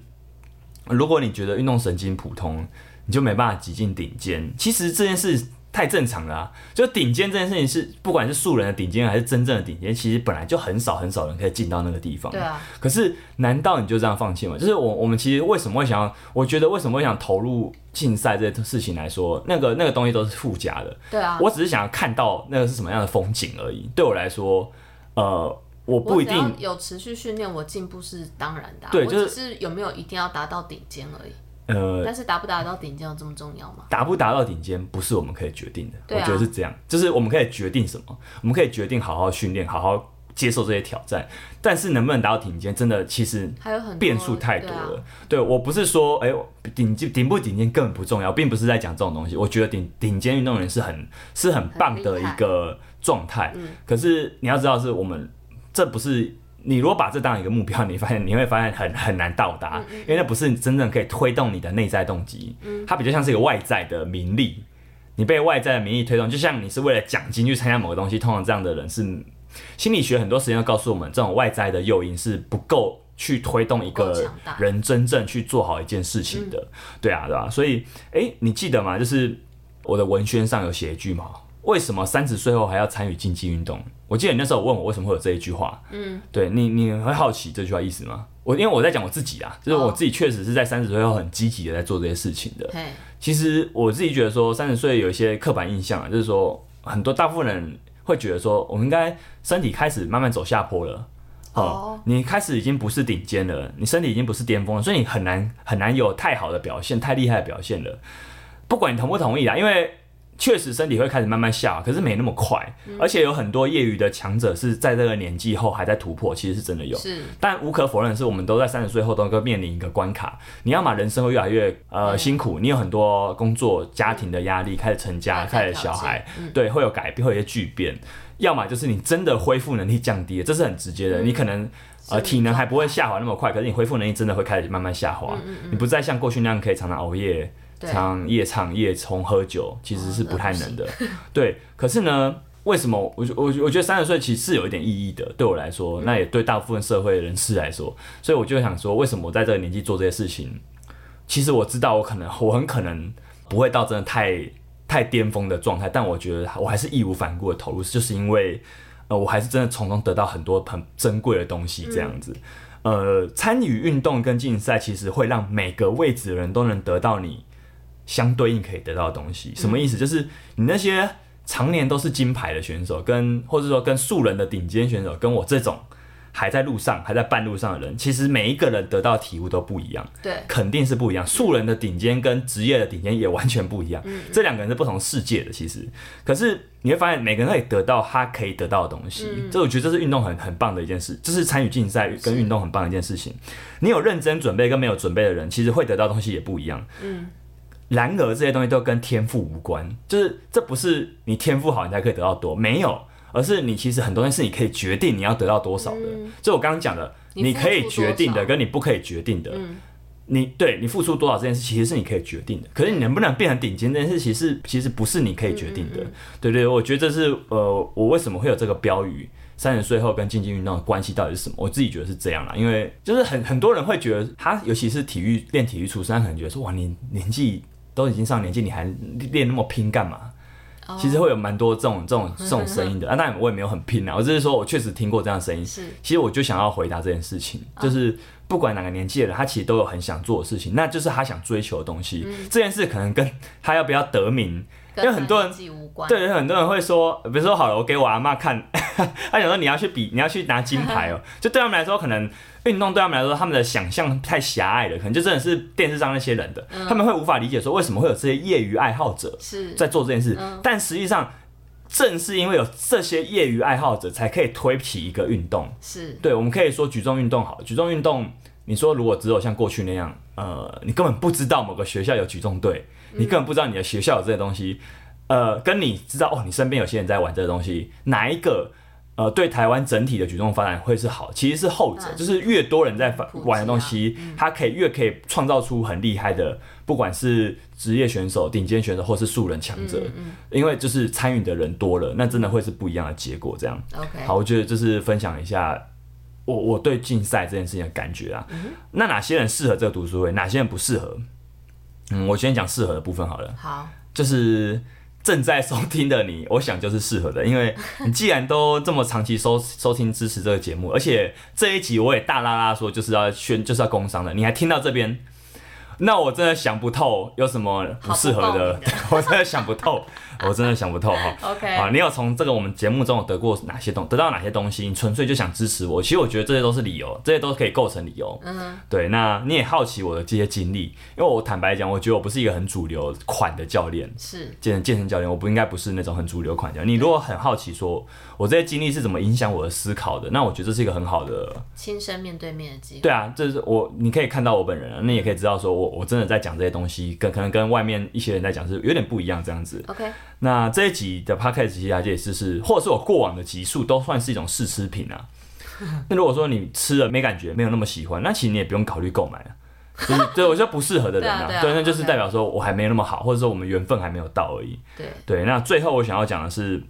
如果你觉得运动神经普通，你就没办法挤进顶尖。其实这件事太正常了、啊，就顶尖这件事情是，不管是素人的顶尖还是真正的顶尖，其实本来就很少很少人可以进到那个地方。
什么对啊，
可是，难道你就这样放弃吗？就是我我们其实为什么会想要？我觉得为什么会想投入竞赛这件事情来说，那个那个东西都是附加的。
对啊，
我只是想要看到那个是什么样的风景而已。对我来说，呃，我不
我
一
只
定
要有持续训练，我进步是当然的啊，
对
我
就
只
是
是有没有一定要达到顶尖而已，
呃
但是达不达到顶尖有这么重要吗？
达不达到顶尖不是我们可以决定的。
对啊
我觉得是这样，就是我们可以决定什么，我们可以决定好好训练，好好接受这些挑战，但是能不能达到顶尖，真的其实
还有很多
变数太多
对啊
了。对我不是说，哎、顶顶顶不顶尖根本不重要，并不是在讲这种东西。我觉得顶顶尖运动员是很是很棒的一个状态，
嗯
可是你要知道，是我们这不是。你如果把这当一个目标，你发现你会发现很很难到达，
嗯
因为那不是真正可以推动你的内在动机，它比较像是一个外在的名利。你被外在的名义推动，就像你是为了奖金去参加某个东西，通常这样的人是心理学很多时间要告诉我们，这种外在的诱因是不够去推动一
不够
个
强大嗯
人真正去做好一件事情的，对啊，对啊。所以，诶，你记得吗？就是我的文宣上有写一句嘛，为什么三十岁后还要参与竞技运动？我记得你那时候问我为什么会有这一句话，嗯，对你，你会好奇这句话意思吗？我因为我在讲我自己啊，就是我
哦
自己确实是在三十岁后很积极的在做这些事情的，
啊嘿，
其实我自己觉得说，三十岁有一些刻板印象啊，就是说很多大部分人会觉得说，我们应该身体开始慢慢走下坡了。
哦
你开始已经不是顶尖了，你身体已经不是巅峰了，所以你很难很难有太好的表现、太厉害的表现了。不管你同不同意啦，因为确实身体会开始慢慢下滑，可是没那么快，而且有很多业余的强者是在这个年纪后还在突破，其实是真的有。
是
但无可否认的是，我们都在三十岁后都会面临一个关卡，你要么人生会越来越呃、辛苦，你有很多工作、家庭的压力，开始成家，
外在
开始嗯
条
小
件
孩，对，会有改变，会有一些巨变。要么就是你真的恢复能力降低了，这是很直接的，你可能
生
呃
理
体能还
状
不会下滑那么快，可嗯是你恢复能力真的会开始慢慢下滑，你不再像过去那样可以常常熬夜、
对
常夜唱、夜冲、喝酒，其实是
哦那
不太
不行
能的。 对，可是呢，为什么我觉我我觉得三十岁其实是有一点意义的，对我来
嗯
说，那也对大部分社会人士来说，所以我就想说，为什么我在这个年纪做这些事情？其实我知道我可能我很可能不会到真的太太巅峰的状态，但我觉得我还是义无反顾的投入，就是因为呃，我还是真的从中得到很多很珍贵的东西，这样
嗯
子。呃，参与运动跟竞赛，其实会让每个位置的人都能得到你相对应可以得到的东西。什么意思？就是你那些常年都是金牌的选手，跟或者说跟素人的顶尖选手，跟我这种还在路上、还在半路上的人，其实每一个人得到的体悟都不一样。
对，
肯定是不一样。素人的顶尖跟职业的顶尖也完全不一样，这两个人是不同世界的。其实，可是你会发现每个人可以得到他可以得到的东西，这我觉得这是运动很很棒的一件事，这是参与竞赛跟运动很棒的一件事情。你有认真准备跟没有准备的人，其实会得到的东西也不一样。然而这些东西都跟天赋无关，就是这不是你天赋好你才可以得到多，没有，而是你其实很多东西是你可以决定你要得到多少的。就我刚刚讲的，
嗯你
你
付
可以
出
决
多
定的
少嗯
跟你不可以决定的，你对你付出多少这件事，其实是你可以决定的。可是你能不能变成顶尖这件事，其实其实不是你可以决定
嗯
的。对对，我觉得这是呃，我为什么会有这个标语。三十岁后跟竞技运动的关系到底是什么？我自己觉得是这样啦，因为就是很很多人会觉得他，尤其是体育练体育出身，他可能觉得说哇，你年纪都已经上年纪，你还练那么拼干嘛？其实会有蛮多这种这种这种声音的啊，当然我也没有很拼啊，我只是说我确实听过这样的声音。
是
其实我就想要回答这件事情，就是不管哪个年纪的人，他其实都有很想做的事情，那就是他想追求的东西。这件事可能跟他要不要得名，因
跟
为很多人
年纪无关。
对，有很多人会说，比如说好了，我给我阿妈看， 她想说你要去比，你要去拿金牌哦、就对他们来说，可能运动对他们来说，他们的想象太狭隘了，可能就真的是电视上那些人的，他们会无法理解说为什么会有这些业余爱好者
是
在做这件事，但实际上正是因为有这些业余爱好者，才可以推起一个运动。
是
对，我们可以说举重运动好了，举重运动，你说如果只有像过去那样，呃，你根本不知道某个学校有举重队，你根本不知道你的学校有这些东西，呃，跟你知道哦，你身边有些人在玩这个东西，哪一个？呃，对台湾整体的举重发展会是好，其实是后者，
嗯
就是越多人在发
普及啊
玩的东西，它可以越可以创造出很厉害的，不管是职业选手、顶尖选手，或是素人强者，
嗯
因为就是参与的人多了，那真的会是不一样的结果。这样，
OK，
好，我觉得就是分享一下我我对竞赛这件事情的感觉啊。
嗯
那哪些人适合这个读书会，哪些人不适合？嗯，我先讲适合的部分好了，
好
就是正在收听的你，我想就是适合的，因为你既然都这么长期收收听支持这个节目，而且这一集我也大拉拉说就是要宣就是要工商的，你还听到这边。那我真的想不透有什么不适合
好不报
的，
名
我真的想不透，我真的想不透哈。
OK，
啊，你有从这个我们节目中有得过哪些东，得到哪些东西？你纯粹就想支持我，其实我觉得这些都是理由，这些都可以构成理由。嗯，对。那你也好奇我的这些经历，因为我坦白讲，我觉得我不是一个很主流款的教练，
是
健健身教练，我不应该不是那种很主流款教练。你如果很好奇说我这些经历是怎么影响我的思考的，那我觉得这是一个很好的
亲身面对面的机会。
对啊，这是我，你可以看到我本人、啊，那你也可以知道说我我真的在讲这些东西，跟可能跟外面一些人在讲是有点不一样这样子。
OK，
那这一集的 podcast 其实还也是是，或者是我过往的集数都算是一种试吃品 啊。那如果说你吃了没感觉，没有那么喜欢，那其实你也不用考虑购买了。就是对我觉得不适合的人
对啊对啊
对，那就是
OK
代表说我还没那么好，或者说我们缘分还没有到而已。
对，
对，那最后我想要讲的是，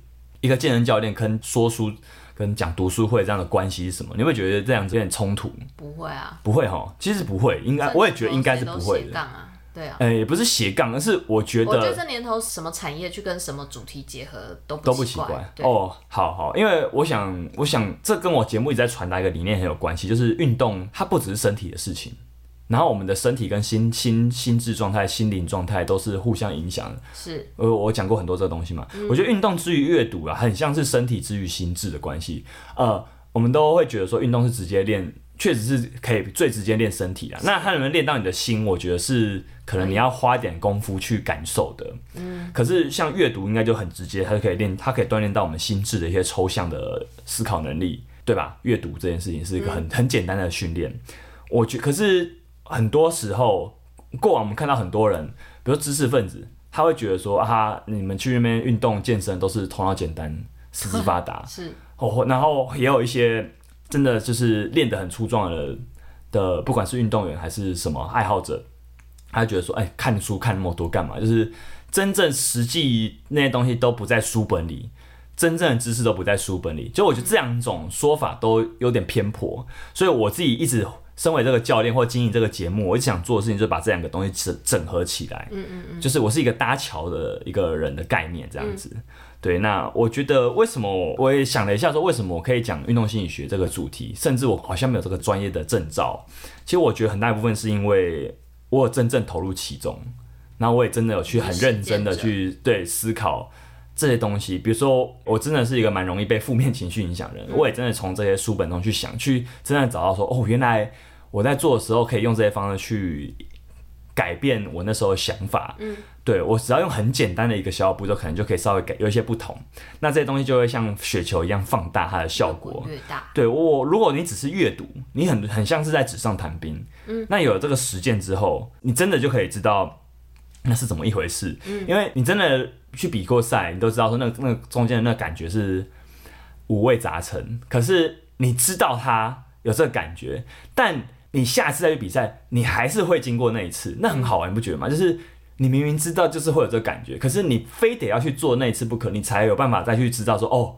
一个健身教练跟说书跟讲读书会这样的关系是什么？你会觉得这样子有点冲突？
不会啊，
不会哈，其实不会，应该我也觉得应该是不会
这年头谁都斜
的。
杠啊，对啊。
呃、也不是斜杠，而是我觉
我觉
得
得这年头什么产业去跟什么主题结合都
都
不
不奇怪
怪。对，
哦。好好，因为我想，我想这跟我节目一直在传达一个理念很有关系，就是运动它不只是身体的事情，然后我们的身体跟心心心智状态、心灵状态都是互相影响的。
是，
呃，我讲过很多这个东西嘛，我觉得运动之于阅读啊，很像是身体之于心智的关系。呃，我们都会觉得说运动是直接练，确实是可以最直接练身体啊。那它能不能练到你的心，我觉得是可能你要花点功夫去感受的。嗯，可是像阅读应该就很直接，它可以练，它可以锻炼到我们心智的一些抽象的思考能力，对吧？阅读这件事情是一个很、很简单的训练。我觉可是很多时候，过往我们看到很多人，比如知识分子，他会觉得说啊，你们去那边运动健身都是头脑简单，四肢发达
是，
哦，然后也有一些真的就是练得很粗壮的的，不管是运动员还是什么爱好者，他觉得说，哎、看书看那么多干嘛？就是真正实际那些东西都不在书本里，真正的知识都不在书本里。就我觉得这两种说法都有点偏颇，所以我自己一直。身为这个教练或经营这个节目，我一直想做的事情就是把这两个东西整整合起来。嗯嗯嗯，就是我是一个搭桥的一个人的概念这样子。对，那我觉得为什么我也想了一下，说为什么我可以讲运动心理学这个主题，甚至我好像没有这个专业的证照。其实我觉得很大一部分是因为我有真正投入其中，然后我也真的有去很认真的去对思考这些东西。比如说，我真的是一个蛮容易被负面情绪影响的人，我也真的从这些书本中去想，去真的找到说，哦，原来我在做的时候可以用这些方式去改变我那时候的想法。嗯，对我只要用很简单的一个小小步骤，可能就可以稍微改有一些不同。那这些东西就会像雪球一样放大它的效果。
越大，
对我，如果你只是阅读，你很很像是在纸上谈兵。嗯，那有了这个实践之后，你真的就可以知道那是怎么一回事。嗯，因为你真的去比过赛，你都知道说那个那个中间的那个感觉是五味杂陈。可是你知道它有这个感觉，但你下一次再去比赛，你还是会经过那一次，那很好玩，你不觉得吗？就是你明明知道就是会有这个感觉，可是你非得要去做那一次不可，你才有办法再去知道说哦。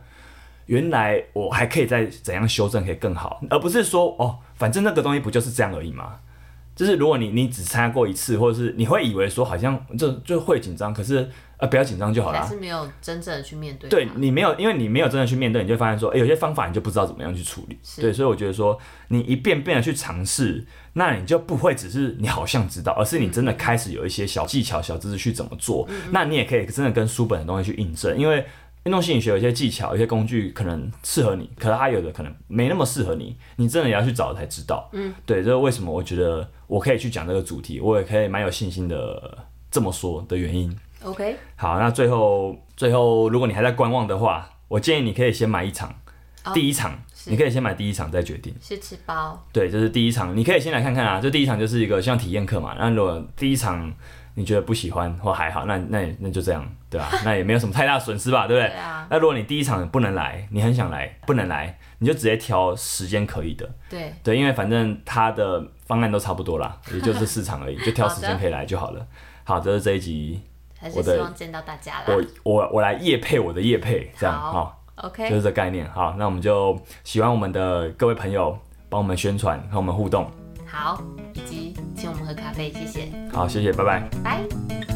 原来我还可以再怎样修正可以更好，而不是说哦，反正那个东西不就是这样而已嘛。就是如果你你只参加过一次，或者是你会以为说好像就就会紧张，可是呃不要紧张就好
还
啦
是。没有真正的去面对它。啊
对你没有，因为你没有真的去面对，你就会发现说，哎、有些方法你就不知道怎么样去处理。
是
对，所以我觉得说，你一遍遍的去尝试，那你就不会只是你好像知道，而是你真的开始有一些小技巧、小知识去怎么做。
嗯
那你也可以真的跟书本的东西去印证，因为运动心理学有一些技巧、有一些工具可能适合你，可是它有的可能没那么适合你，你真的也要去找才知道。嗯，对，这是为什么我觉得我可以去讲这个主题，我也可以蛮有信心的这么说的原因。
，OK，
好，那最后最后，如果你还在观望的话，我建议你可以先买一场，第一场
是
你可以先买第一场再决定。
是吃包，
对，这、是第一场，你可以先来看看啊。就第一场就是一个像体验课嘛。那如果第一场你觉得不喜欢或还好，那那也那就这样，对吧、那也没有什么太大损失吧，对不对？
对啊，
那如果你第一场不能来，你很想来不能来，你就直接挑时间可以的。
对，
对，因为反正他的方案都差不多啦，也就这四场而已，就挑时间可以来就好了。好，这是这一集
还
我
是
的
希望见到大家啦
我。我我来夜配我的夜配，这样
好
好，就
OK，
是这概念。好，那我们就喜欢我们的各位朋友，帮我们宣传和我们互动。
好，以及请我们喝咖啡，谢谢，
好，谢谢，拜拜。
拜。